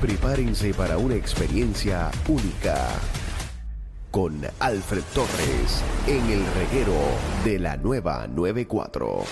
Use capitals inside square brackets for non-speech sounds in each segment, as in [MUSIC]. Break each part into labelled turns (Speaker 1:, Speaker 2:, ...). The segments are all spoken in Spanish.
Speaker 1: Prepárense para una experiencia única con Alfred Torres en el reguero de la nueva 94.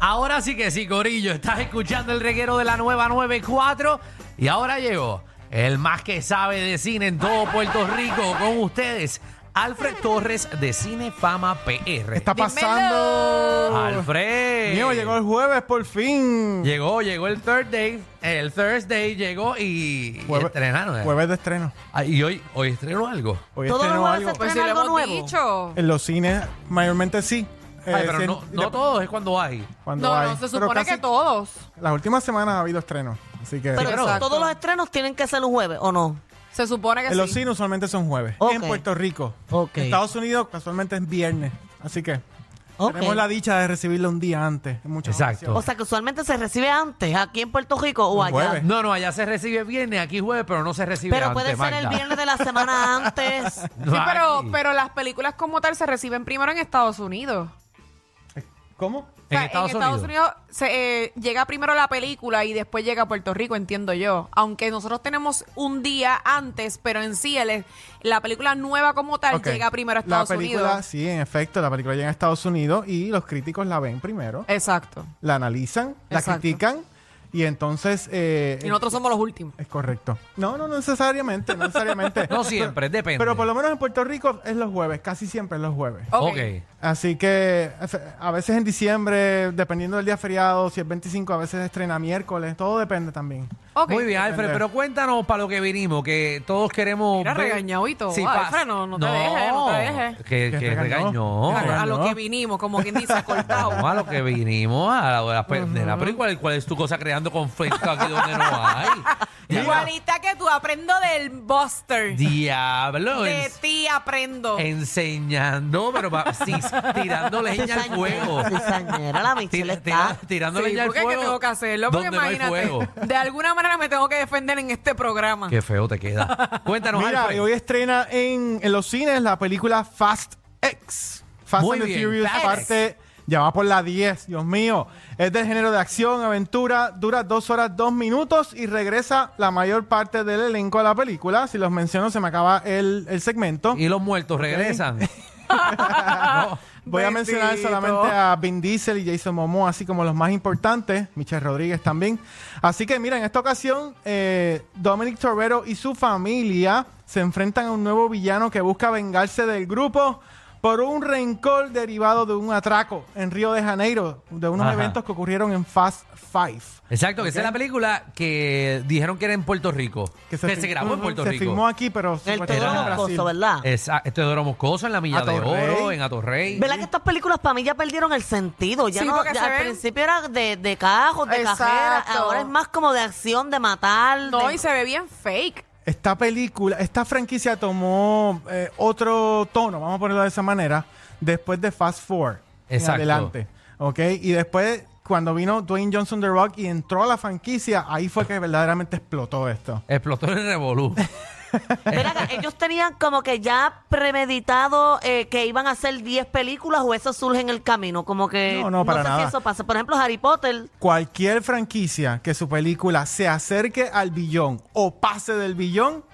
Speaker 2: Ahora sí que sí, Corillo. Estás escuchando el reguero de la nueva 94. Y ahora llegó el más que sabe de cine en todo Puerto Rico con ustedes, Alfred Torres de Cinefama PR.
Speaker 3: Está pasando.
Speaker 2: Alfred.
Speaker 3: Mío, llegó el jueves por fin.
Speaker 2: Llegó, llegó el Thursday. El Thursday llegó y, y estrenaron. ¿eh?
Speaker 3: Jueves de estreno.
Speaker 2: Ah, y hoy, hoy estrenó algo.
Speaker 3: Hoy
Speaker 4: Todos los
Speaker 3: estreno
Speaker 4: jueves
Speaker 3: algo.
Speaker 4: se
Speaker 5: Pues
Speaker 4: estrena
Speaker 5: si lo
Speaker 4: algo
Speaker 5: hemos
Speaker 4: nuevo.
Speaker 5: dicho.
Speaker 3: En los cines, mayormente sí.
Speaker 2: Ay,
Speaker 3: Eh,
Speaker 2: pero
Speaker 3: sí,
Speaker 2: no,
Speaker 3: de-
Speaker 2: no todos, es cuando hay.
Speaker 3: cuando
Speaker 5: No,
Speaker 3: hay.
Speaker 5: no, se
Speaker 3: Pero
Speaker 5: supone
Speaker 3: casi
Speaker 5: que todos.
Speaker 3: Las últimas semanas ha habido estrenos. Así que.
Speaker 4: Pero
Speaker 2: claro.
Speaker 4: todos los estrenos tienen que ser un jueves, ¿o no?
Speaker 5: Se supone que
Speaker 3: en los
Speaker 5: sí.
Speaker 3: cines usualmente son jueves.
Speaker 4: Ok.
Speaker 3: En Puerto Rico.
Speaker 4: Ok.
Speaker 3: En Estados Unidos casualmente es viernes. Así que.
Speaker 4: Ok.
Speaker 3: Tenemos la dicha de recibirlo un día antes. en muchas
Speaker 2: Exacto.
Speaker 4: O sea, que usualmente se recibe antes, aquí en Puerto Rico o
Speaker 3: Un
Speaker 4: allá.
Speaker 3: jueves.
Speaker 2: No, no, allá se recibe viernes, aquí jueves, pero no se recibe
Speaker 4: Pero
Speaker 2: antes,
Speaker 4: puede ser el
Speaker 2: Magda.
Speaker 4: viernes de la semana
Speaker 2: [LAUGHS]
Speaker 4: antes.
Speaker 5: Sí, pero,
Speaker 2: Aquí.
Speaker 5: pero las películas como tal se reciben primero en Estados Unidos.
Speaker 3: ocasiones. ¿Cómo?
Speaker 5: O
Speaker 2: En
Speaker 5: sea,
Speaker 2: Estados, Unidos.
Speaker 5: se, eh, llega primero la película y después llega a Puerto Rico, entiendo yo. Aunque nosotros tenemos un día antes, pero en sí el- la película nueva como tal
Speaker 3: Ok.
Speaker 5: llega primero a Estados
Speaker 3: La película,
Speaker 5: Unidos.
Speaker 3: sí, en efecto, la película llega a Estados Unidos y los críticos la ven primero.
Speaker 5: Exacto.
Speaker 3: la analizan, la
Speaker 5: Exacto.
Speaker 3: critican y entonces... eh,
Speaker 5: Y nosotros somos los últimos.
Speaker 3: Es correcto. No, no, no necesariamente, no necesariamente.
Speaker 2: [LAUGHS] No siempre, depende.
Speaker 3: Pero por lo menos en Puerto Rico es los jueves, casi siempre es los jueves.
Speaker 5: Ok.
Speaker 2: Ok.
Speaker 3: Así que efe- a veces en diciembre, dependiendo del día feriado, si es 25, a veces estrena miércoles, todo depende también.
Speaker 5: Ok.
Speaker 2: Muy bien, Alfred,
Speaker 3: Depende.
Speaker 2: pero cuéntanos para lo que vinimos, que todos queremos.
Speaker 5: Mira,
Speaker 2: ver-
Speaker 5: regañado y todo.
Speaker 2: pa-
Speaker 5: Alfred, no- no te dejes, no te dejes.
Speaker 2: Que,
Speaker 3: ¿Qué
Speaker 2: que
Speaker 3: regañó?
Speaker 2: regañó.
Speaker 5: A, a lo
Speaker 3: no.
Speaker 5: que vinimos, como quien dice,
Speaker 2: [LAUGHS]
Speaker 5: cortado.
Speaker 2: Vamos a lo que vinimos, a la, a la, pe- de la película, ¿cuál es tu cosa creando conflicto aquí donde no hay?
Speaker 5: [LAUGHS]
Speaker 2: Ya,
Speaker 5: Igualita que tú, aprendo del Buster.
Speaker 2: Diablo,
Speaker 5: De
Speaker 2: ens-
Speaker 5: ti aprendo.
Speaker 2: enseñando, pero pa-
Speaker 5: [LAUGHS]
Speaker 2: sí, tirando leña al fuego.
Speaker 4: Cizañera, la Michelle
Speaker 2: Tira-
Speaker 4: está.
Speaker 2: tira- tirando
Speaker 5: Sí,
Speaker 2: leña al
Speaker 5: porque es
Speaker 2: fuego.
Speaker 5: que tengo que hacerlo, porque
Speaker 2: donde no hay
Speaker 5: imagínate,
Speaker 2: fuego.
Speaker 5: de alguna manera me tengo que defender en este programa.
Speaker 2: Qué feo te queda. Cuéntanos,
Speaker 3: Mira,
Speaker 2: Alfred.
Speaker 3: y hoy estrena en, en los cines la película Fast X. Fast
Speaker 2: Muy
Speaker 3: and the
Speaker 2: bien,
Speaker 3: Furious,
Speaker 2: Fast
Speaker 3: parte. Ya va por la 10, Dios mío. Es del género de acción, aventura, dura 2 horas 2 minutos y regresa la mayor parte del elenco a la película. Si los menciono, se me acaba el, el segmento.
Speaker 2: Y los muertos
Speaker 3: [LAUGHS]
Speaker 2: regresan. No.
Speaker 3: Voy a
Speaker 5: Bendito.
Speaker 3: mencionar solamente a Vin Diesel y Jason Momoa, así como los más importantes, Michelle Rodríguez también. Así que mira, en esta ocasión, eh, Dominic Torero y su familia se enfrentan a un nuevo villano que busca vengarse del grupo por un rencor derivado de un atraco en Río de Janeiro, de unos
Speaker 2: Ajá.
Speaker 3: eventos que ocurrieron en Fast Five.
Speaker 2: Exacto, que esa es la película que dijeron que era en Puerto Rico. Que se,
Speaker 3: fi-
Speaker 2: grabó en
Speaker 3: Ujú,
Speaker 2: Puerto
Speaker 3: se
Speaker 2: Rico.
Speaker 3: filmó aquí, pero
Speaker 4: El
Speaker 3: supuestamente
Speaker 4: todo
Speaker 2: Era-
Speaker 3: en Brasil.
Speaker 4: mocoso, ¿verdad?
Speaker 2: Exacto, esto es de Oro Moscoso, en la Milla de
Speaker 3: Atorrey.
Speaker 2: Oro, en Atorrey.
Speaker 4: ¿Verdad que estas películas para mí ya perdieron el sentido? Ya
Speaker 5: Sí,
Speaker 4: no,
Speaker 5: porque
Speaker 4: ya
Speaker 5: se
Speaker 4: al
Speaker 5: ven-
Speaker 4: principio era de, de cajos, de
Speaker 5: Exacto.
Speaker 4: cajeras, ahora es más como de acción, de matar.
Speaker 5: No,
Speaker 4: de-
Speaker 5: y se ve bien fake.
Speaker 3: esta película, esta franquicia tomó eh, otro tono, vamos a ponerlo de esa manera, después de Fast Four. en
Speaker 2: Exacto.
Speaker 3: adelante. ¿Ok? Y después, cuando vino Dwayne Johnson The Rock y entró a la franquicia, ahí fue que verdaderamente explotó esto.
Speaker 2: Explotó en el
Speaker 3: [LAUGHS]
Speaker 2: Revolú.
Speaker 4: Ven acá, ellos tenían como que ya premeditado eh, que iban a hacer 10 películas o eso surge en el camino, como que
Speaker 3: No, no, para
Speaker 4: sé si
Speaker 3: nada.
Speaker 4: eso pasa. Por ejemplo, Harry Potter,
Speaker 3: Cualquier franquicia que su película se acerque al billón o pase del billón,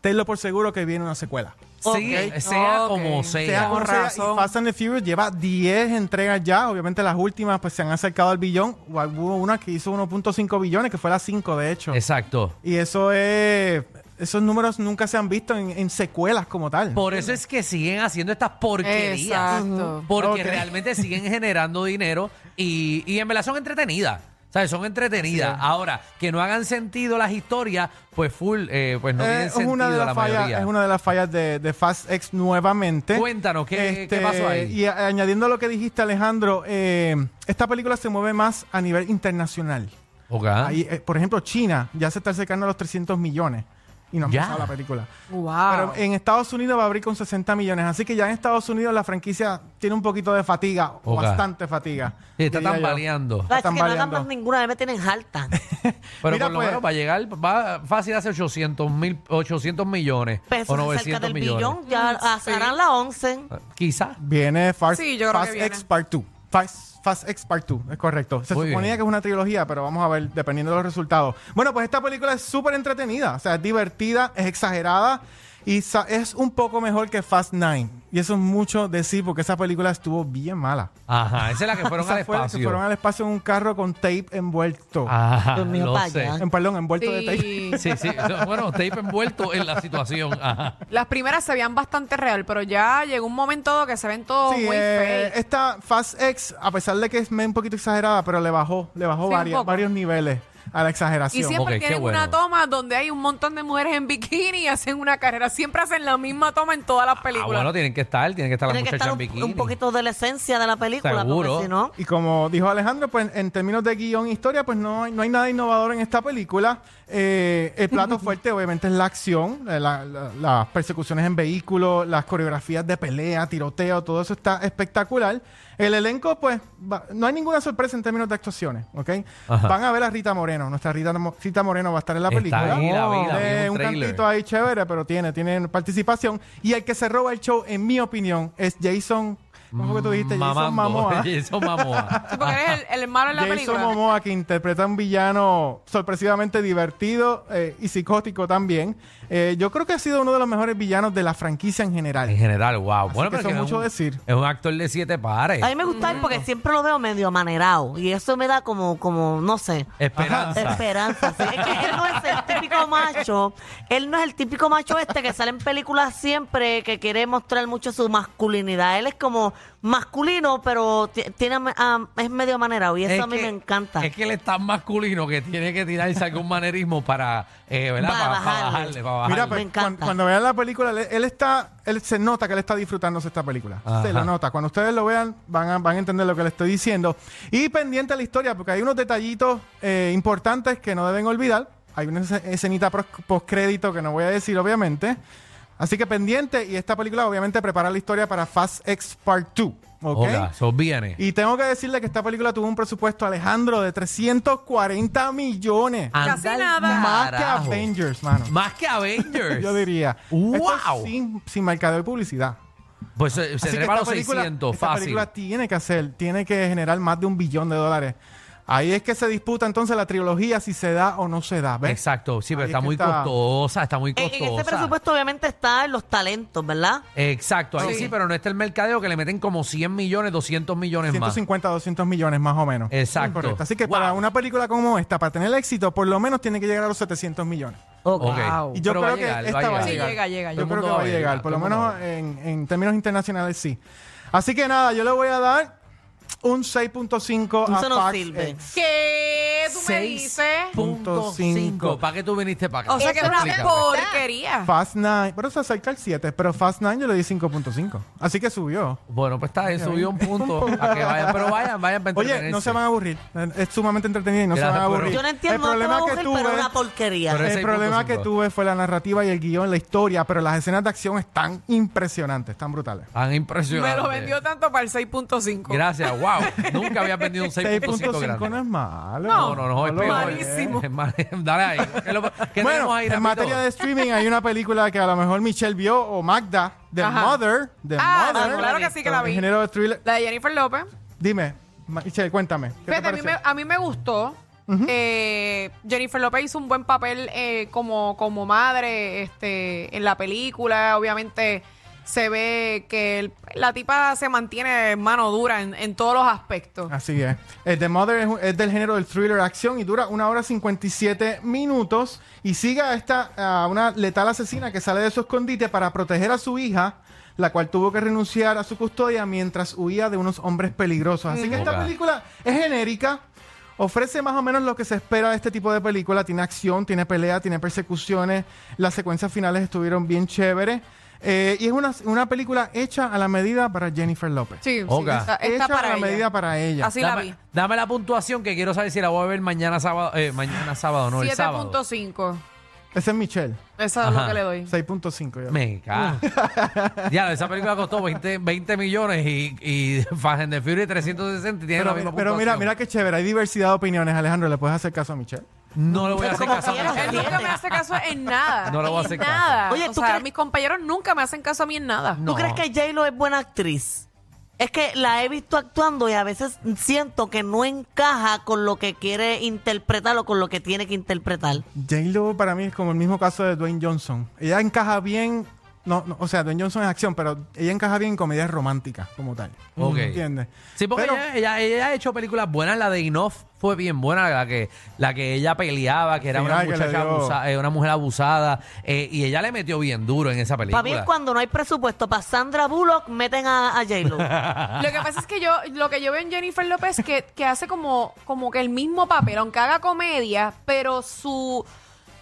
Speaker 3: tenlo por seguro que viene una secuela.
Speaker 2: Sí, sea
Speaker 5: Ok.
Speaker 2: como
Speaker 5: Sea
Speaker 2: sea.
Speaker 3: Sea como
Speaker 5: con
Speaker 3: sea,
Speaker 5: razón.
Speaker 3: y Fast and the Furious lleva 10 entregas ya. Obviamente las últimas pues se han acercado al billón. Hubo una que hizo 1.5 billones, que fue la 5 de hecho.
Speaker 2: Exacto.
Speaker 3: Y eso es... Esos números nunca se han visto en, en secuelas como tal.
Speaker 2: Por eso es que siguen haciendo estas porquerías.
Speaker 5: Exacto.
Speaker 2: Porque
Speaker 3: Ok.
Speaker 2: realmente siguen generando dinero y, y en verdad son entretenidas. ¿Sabes? Son entretenidas. Ahora, que no hagan sentido las historias, pues full, eh, pues no
Speaker 3: Eh,
Speaker 2: tienen
Speaker 3: es,
Speaker 2: sentido
Speaker 3: una de
Speaker 2: la
Speaker 3: las fallas,
Speaker 2: mayoría.
Speaker 3: es una de las fallas de, de Fast X nuevamente. Este,
Speaker 2: Cuéntanos, ¿qué- qué pasó ahí?
Speaker 3: Y a- añadiendo a lo que dijiste, Alejandro, eh, esta película se mueve más a nivel internacional.
Speaker 2: Ok.
Speaker 3: Ahí, eh, por ejemplo, China ya se está acercando a los 300 millones y no ha
Speaker 2: Ya.
Speaker 3: pasado la película.
Speaker 5: Wow.
Speaker 3: Pero en Estados Unidos va a abrir con 60 millones. Así que ya en Estados Unidos la franquicia tiene un poquito de fatiga, o
Speaker 2: Ok.
Speaker 3: bastante fatiga.
Speaker 2: Sí, está
Speaker 3: diría yo.
Speaker 2: tambaleando.
Speaker 4: Ah, es que no hagan
Speaker 3: tambaleando.
Speaker 4: más ninguna, me tienen
Speaker 3: [LAUGHS]
Speaker 4: harta.
Speaker 2: Pero
Speaker 3: Mira,
Speaker 2: por lo
Speaker 3: pues-
Speaker 2: menos va a llegar, va fácil hace 800, mil, 800 millones
Speaker 4: Pesos
Speaker 2: o
Speaker 4: cerca
Speaker 2: 900
Speaker 4: del
Speaker 2: millones. Eh,
Speaker 4: billón, ya
Speaker 3: Ah,
Speaker 4: ah,
Speaker 5: Mm, sí.
Speaker 4: harán la 11.
Speaker 2: Quizás.
Speaker 3: Viene Fast,
Speaker 5: Sí, yo creo que
Speaker 3: Fast
Speaker 5: viene.
Speaker 3: X Part 2. Fast, Fast Fast X Part 2, es correcto. Se
Speaker 2: Muy
Speaker 3: suponía
Speaker 2: bien.
Speaker 3: que es una trilogía, pero vamos a ver, dependiendo de los resultados. Bueno, pues esta película es súper entretenida, o sea, es divertida, es exagerada y sa- es un poco mejor que Fast 9. Y eso es mucho decir porque esa película estuvo bien mala.
Speaker 2: Ajá, esa es la que fueron
Speaker 3: Esa
Speaker 2: al
Speaker 3: fue la que
Speaker 2: espacio. Ah.
Speaker 3: fueron al espacio en un carro con tape envuelto.
Speaker 2: Ajá,
Speaker 4: Dios mío,
Speaker 2: lo
Speaker 4: para
Speaker 2: sé.
Speaker 4: allá.
Speaker 3: En, perdón, envuelto de tape.
Speaker 5: Sí.
Speaker 2: Sí, sí. no, Bueno, tape envuelto en la situación. Ajá.
Speaker 5: [LAUGHS] Las primeras se veían bastante real, pero ya llegó un momento que se ven todos
Speaker 3: Sí,
Speaker 5: Oh, muy
Speaker 3: eh,
Speaker 5: fake.
Speaker 3: esta Fast X, a pesar de que es un poquito exagerada, pero le bajó, le bajó
Speaker 5: Sí, un
Speaker 3: varias-
Speaker 5: poco.
Speaker 3: varios niveles a la
Speaker 5: Y
Speaker 3: exageración.
Speaker 5: siempre
Speaker 2: Ok, qué
Speaker 5: tienen
Speaker 2: bueno.
Speaker 5: una toma donde hay un montón de mujeres en bikini y hacen una carrera. Siempre hacen la misma toma en todas las
Speaker 2: Ah,
Speaker 5: películas.
Speaker 2: bueno, tienen que estar, tienen que estar las
Speaker 4: Tiene que
Speaker 2: muchachas
Speaker 4: estar
Speaker 2: en
Speaker 4: un,
Speaker 2: bikini.
Speaker 4: un poquito de la esencia de la película,
Speaker 2: Seguro.
Speaker 4: porque si no...
Speaker 3: Y como dijo Alejandro, pues en términos de guión e historia, pues no hay, no hay nada innovador en esta película. Eh, el plato fuerte obviamente es la acción, eh, la- la- las persecuciones en vehículos, las coreografías de pelea, tiroteo, todo eso está espectacular. El elenco, pues, va- no hay ninguna sorpresa en términos de actuaciones, ¿ok?
Speaker 2: Ajá.
Speaker 3: Van a ver a Rita Moreno, nuestra Rita, Mo- Rita Moreno va a estar en la
Speaker 2: Está
Speaker 3: película.
Speaker 2: ahí la vida,
Speaker 3: Eh,
Speaker 2: vi un
Speaker 3: un
Speaker 2: tráiler.
Speaker 3: cantito ahí chévere, pero tiene, tiene participación. Y el que se roba el show, en mi opinión, es Jason. ¿Cómo fue que tú dijiste?
Speaker 2: [LAUGHS]
Speaker 3: Jason Mamoa.
Speaker 2: Jason Mamoa.
Speaker 3: [LAUGHS]
Speaker 5: Sí, porque eres el, el malo en la
Speaker 3: Jason
Speaker 5: película.
Speaker 3: Momoa, que interpreta a un villano sorpresivamente divertido eh, y psicótico también. Eh, yo creo que ha sido uno de los mejores villanos de la franquicia en general.
Speaker 2: En general, wow. bueno,
Speaker 3: que
Speaker 2: pero
Speaker 3: eso
Speaker 2: es
Speaker 3: mucho
Speaker 2: un-
Speaker 3: decir.
Speaker 2: Es un actor de siete pares.
Speaker 4: A mí me gusta él porque siempre lo veo medio amanerado y eso me da como, como no sé,
Speaker 2: Esperanza.
Speaker 4: esperanza. sí. Es que él no es el típico macho, él no es el típico macho este que sale en películas siempre que quiere mostrar mucho su masculinidad. Él es como masculino, pero ti- tiene, am- am- es medio amanerado y eso
Speaker 2: Es
Speaker 4: a mí
Speaker 2: que-
Speaker 4: me encanta.
Speaker 2: Es que él es tan masculino que tiene que tirarse algún manerismo para, eh, ¿verdad?
Speaker 4: Para
Speaker 2: Para, para
Speaker 4: bajarle.
Speaker 2: bajarle, para
Speaker 3: Mira,
Speaker 2: bajarle.
Speaker 3: pues,
Speaker 4: Me
Speaker 3: cuan-
Speaker 4: encanta.
Speaker 3: cuando, vean la película, él, él está, él se nota que él está disfrutándose esta película.
Speaker 2: Ajá.
Speaker 3: Se lo nota. Cuando ustedes lo vean, van a, van a entender lo que le estoy diciendo. Y pendiente a la historia, porque hay unos detallitos eh, importantes que no deben olvidar. Hay una esce- escenita pros- postcrédito que no voy a decir, obviamente. Así que pendiente, y esta película obviamente prepara la historia para Fast X Part 2. pues, ¿ok?
Speaker 2: Hola, sos bienes.
Speaker 3: Y tengo que decirle que esta película tuvo un presupuesto, Alejandro, de 340 millones.
Speaker 5: Casi
Speaker 2: Anda al
Speaker 5: nada.
Speaker 3: más que
Speaker 2: Ah, carajo.
Speaker 3: Avengers, mano.
Speaker 2: Más que Avengers.
Speaker 3: [LAUGHS] Yo diría.
Speaker 2: ¡Wow!
Speaker 3: Esto es sin, sin mercadeo y publicidad.
Speaker 2: Pues eh, se
Speaker 3: Así que
Speaker 2: trepa a
Speaker 3: esta
Speaker 2: los
Speaker 3: película-
Speaker 2: 600,
Speaker 3: esta
Speaker 2: fácil.
Speaker 3: película tiene que hacer, tiene que generar más de un billón de dólares. Ahí es que se disputa entonces la trilogía si se da o no se da. ¿ves?
Speaker 2: Exacto, sí, pero
Speaker 3: Ahí
Speaker 2: está
Speaker 3: es que
Speaker 2: muy
Speaker 3: está-
Speaker 2: costosa, está muy
Speaker 4: En,
Speaker 2: costosa.
Speaker 4: en este presupuesto obviamente están los talentos, ¿verdad?
Speaker 2: Exacto, ahí sí. pero no está el mercadeo que le meten como 100 millones, 200 millones más.
Speaker 3: 150, 200 millones más o menos.
Speaker 2: Exacto.
Speaker 3: Correcto. Así que
Speaker 2: Wow.
Speaker 3: para una película como esta, para tener éxito, por lo menos tiene que llegar a los 700 millones.
Speaker 2: Ok.
Speaker 5: Wow.
Speaker 3: Y yo
Speaker 2: Pero
Speaker 3: creo
Speaker 2: va a
Speaker 3: que
Speaker 2: llegar,
Speaker 3: esta va a llegar.
Speaker 5: Sí, llega, llega.
Speaker 2: Todo
Speaker 3: Yo
Speaker 2: el
Speaker 3: creo
Speaker 2: mundo
Speaker 3: que va a llegar,
Speaker 2: todo
Speaker 3: por lo
Speaker 2: el mundo
Speaker 3: menos
Speaker 2: va a llegar.
Speaker 3: en, en términos internacionales sí. Así que nada, yo le voy a dar un 6.5 a
Speaker 4: Eso no
Speaker 3: Fast
Speaker 4: sirve.
Speaker 3: X.
Speaker 5: ¿Qué tú me
Speaker 2: Seis
Speaker 5: dices?
Speaker 2: punto cinco. ¿Para qué tú viniste para acá?
Speaker 5: O sea que es una
Speaker 2: Explícame.
Speaker 5: porquería.
Speaker 3: Fast 9, pero se acerca al 7, pero Fast 9 yo le di 5.5. Así que subió.
Speaker 2: Bueno, pues está, eh, subió un punto a que vayan, pero vayan, vayan para
Speaker 3: Oye, no
Speaker 2: entretenerse.
Speaker 3: se van a aburrir. Es sumamente entretenido y no
Speaker 2: Gracias,
Speaker 3: se van a
Speaker 2: pero-
Speaker 3: aburrir.
Speaker 4: Yo no entiendo
Speaker 3: el
Speaker 4: no te
Speaker 3: problema
Speaker 4: voy a
Speaker 3: que
Speaker 4: coger, pero es una
Speaker 3: tuve,
Speaker 4: porquería.
Speaker 2: Pero es
Speaker 3: el problema que
Speaker 2: 6.5.
Speaker 3: tuve fue la narrativa y el guión, la historia, pero las escenas de acción están impresionantes, están brutales.
Speaker 2: Tan impresionante.
Speaker 5: Me lo vendió tanto para el 6.5.
Speaker 2: Gracias, wow. Nunca había vendido un 6.5 grande.
Speaker 3: 6.5 no es malo.
Speaker 2: No, no, no, es
Speaker 3: lo
Speaker 2: peor.
Speaker 3: es.
Speaker 5: Malísimo.
Speaker 2: Es mal- [LAUGHS] Dale ahí. ¿Qué, lo- qué tenemos
Speaker 3: Bueno,
Speaker 2: ahí,
Speaker 3: en
Speaker 2: rapidito?
Speaker 3: materia de streaming hay una película que a lo mejor Michelle vio o Magda, The
Speaker 5: Ajá.
Speaker 3: Mother, The
Speaker 5: Ah,
Speaker 3: Mother.
Speaker 5: no, claro que sí que la
Speaker 3: El
Speaker 5: vi.
Speaker 3: género de thriller.
Speaker 5: La de Jennifer López.
Speaker 3: Dime, Michelle, cuéntame. ¿qué te
Speaker 5: Fíjate, a mí,
Speaker 3: pareció?
Speaker 5: me, a mí me gustó. Eh, Jennifer López hizo un buen papel eh, como, como madre este, en la película. Obviamente se ve que el- la tipa se mantiene mano dura en, en todos los aspectos.
Speaker 3: Así es. Eh, The Mother es, un- es del género del thriller acción y dura una hora 57 minutos y sigue a esta a una letal asesina que sale de su escondite para proteger a su hija, la cual tuvo que renunciar a su custodia mientras huía de unos hombres peligrosos. Así que esta
Speaker 2: Ujú.
Speaker 3: película es genérica. Ofrece más o menos lo que se espera de este tipo de película. Tiene acción, tiene pelea, tiene persecuciones. Las secuencias finales estuvieron bien chéveres. Eh, y es una, una película hecha a la medida para Jennifer López.
Speaker 5: Sí, sí,
Speaker 2: Oga.
Speaker 5: está, está
Speaker 3: hecha
Speaker 5: para
Speaker 3: a la
Speaker 5: ella.
Speaker 3: medida para ella.
Speaker 5: Así la vi.
Speaker 2: Dame, dame la puntuación que quiero saber si la voy a ver mañana sábado, eh, mañana sábado, no el sábado.
Speaker 5: 7.5.
Speaker 3: Ese es Michelle.
Speaker 5: Eso es
Speaker 2: Ajá.
Speaker 5: lo que le doy.
Speaker 3: 6.5. yo.
Speaker 2: Me cago. [LAUGHS] ya, esa película costó 20, 20 millones y, y [LAUGHS] Fast and the Fury 360 tiene la misma
Speaker 3: Pero, mira- pero mira,
Speaker 2: puntuación.
Speaker 3: mira qué chévere. Hay diversidad de opiniones, Alejandro. ¿Le puedes hacer caso a Michelle?
Speaker 2: No le voy a hacer
Speaker 4: Como
Speaker 2: caso a
Speaker 4: quieras,
Speaker 2: Michelle.
Speaker 5: Él nunca me hace caso en nada.
Speaker 2: No le voy a
Speaker 5: En
Speaker 2: hacer caso.
Speaker 5: nada.
Speaker 4: Oye,
Speaker 5: o
Speaker 4: ¿tú
Speaker 5: sea,
Speaker 4: crees-
Speaker 5: mis compañeros nunca me hacen caso a mí en nada.
Speaker 4: ¿Tú crees que J-Lo es buena actriz? Es que la he visto actuando y a veces siento que no encaja con lo que quiere interpretar o con lo que tiene que interpretar.
Speaker 3: J-Lo para mí es como el mismo caso de Dwayne Johnson. Ella encaja bien, no, no, o sea, Dwayne Johnson es acción, pero ella encaja bien en comedias románticas como tal.
Speaker 2: Ok.
Speaker 3: ¿Entiendes?
Speaker 2: Sí, porque
Speaker 3: Pero-
Speaker 2: ella, ella- ella ha hecho películas buenas. La de Inoff fue bien buena, la que, la que ella peleaba, que era
Speaker 3: Sí,
Speaker 2: una,
Speaker 3: ay, que le
Speaker 2: muchacha
Speaker 3: dio-
Speaker 2: abusa- eh, una mujer abusada. eh, y ella le metió bien duro en esa película.
Speaker 4: Para mí es cuando no hay presupuesto. Para Sandra Bullock meten a, a J-Lo.
Speaker 5: Lo que pasa es que yo, lo que yo veo en Jennifer López que, que hace como, como que el mismo papel, aunque haga comedia, pero su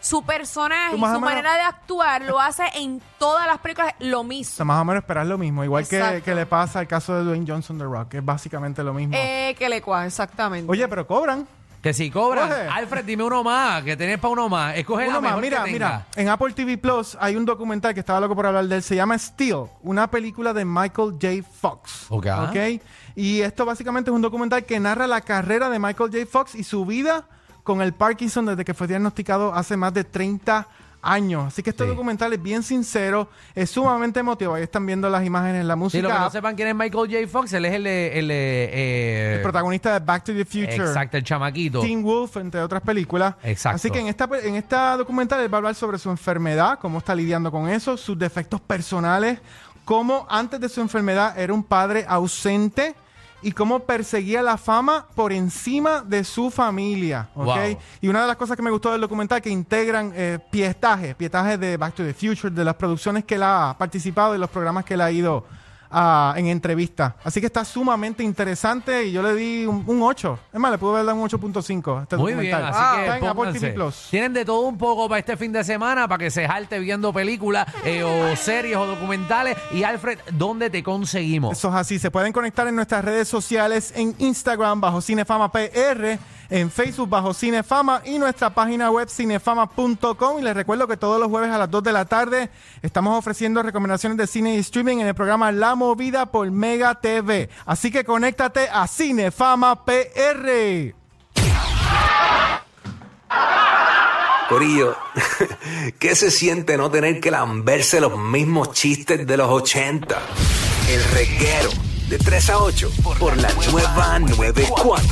Speaker 5: su personaje
Speaker 3: Tú
Speaker 5: y
Speaker 3: más
Speaker 5: su
Speaker 3: o menos-
Speaker 5: manera de actuar lo hace en todas las películas lo
Speaker 3: O sea,
Speaker 5: mismo.
Speaker 3: más o menos esperar lo mismo, igual que,
Speaker 5: Exacto.
Speaker 3: que le pasa al caso de Dwayne Johnson The Rock, que es básicamente lo mismo.
Speaker 5: Eh, que le cuaja, exactamente.
Speaker 3: Oye, pero cobran.
Speaker 2: Que si cobran,
Speaker 3: Coge.
Speaker 2: Alfred, dime uno más, que tenés para uno más. Escoge
Speaker 3: Uno
Speaker 2: la
Speaker 3: más,
Speaker 2: mejor
Speaker 3: mira,
Speaker 2: que
Speaker 3: mira,
Speaker 2: tenga.
Speaker 3: en Apple TV Plus hay un documental que estaba loco por hablar de él, se llama Steel, una película de Michael J. Fox.
Speaker 2: Ok. Ah.
Speaker 3: ¿ok? Y esto básicamente es un documental que narra la carrera de Michael J. Fox y su vida con el Parkinson desde que fue diagnosticado hace más de 30 años. Así que este
Speaker 2: Sí.
Speaker 3: documental es bien sincero, es sumamente emotivo. Ahí están viendo las imágenes, la
Speaker 2: Si
Speaker 3: música,
Speaker 2: lo que no sepan quién es Michael J. Fox, él es el, de- el de, eh,
Speaker 3: el protagonista de Back to the Future.
Speaker 2: Exacto, el chamaquito.
Speaker 3: Teen Wolf, entre otras películas.
Speaker 2: Exacto.
Speaker 3: Así que en esta, pe- en esta documental él va a hablar sobre su enfermedad, cómo está lidiando con eso, sus defectos personales, cómo antes de su enfermedad era un padre ausente y cómo perseguía la fama por encima de su familia. ¿ok?
Speaker 2: Wow.
Speaker 3: Y una de las cosas que me gustó del documental que integran eh, pietajes, pietajes de Back to the Future, de las producciones que él ha participado y los programas que él ha ido a- en entrevista. Así que está sumamente interesante y yo le di un, un 8. Es más, le pude dar un 8.5 a este
Speaker 2: Muy bien,
Speaker 3: documental.
Speaker 2: así
Speaker 3: Ah,
Speaker 2: que
Speaker 3: está en Apple TV
Speaker 2: pónganse.
Speaker 3: Plus.
Speaker 2: Tienen de todo un poco para este fin de semana, para que se jalte viendo películas eh, o series o documentales. Y Alfred, ¿dónde te conseguimos?
Speaker 3: Eso es así. Se pueden conectar en nuestras redes sociales en Instagram bajo Cinefama PR, en Facebook bajo Cinefama y nuestra página web cinefama.com. Y les recuerdo que todos los jueves a las 2 de la tarde estamos ofreciendo recomendaciones de cine y streaming en el programa La Movida por Mega TV. Así que conéctate a Cinefama PR.
Speaker 6: Corillo, [LAUGHS] ¿qué se siente no tener que lamberse los mismos chistes de los 80? El reguero de 3 a 8 por la nueva 94.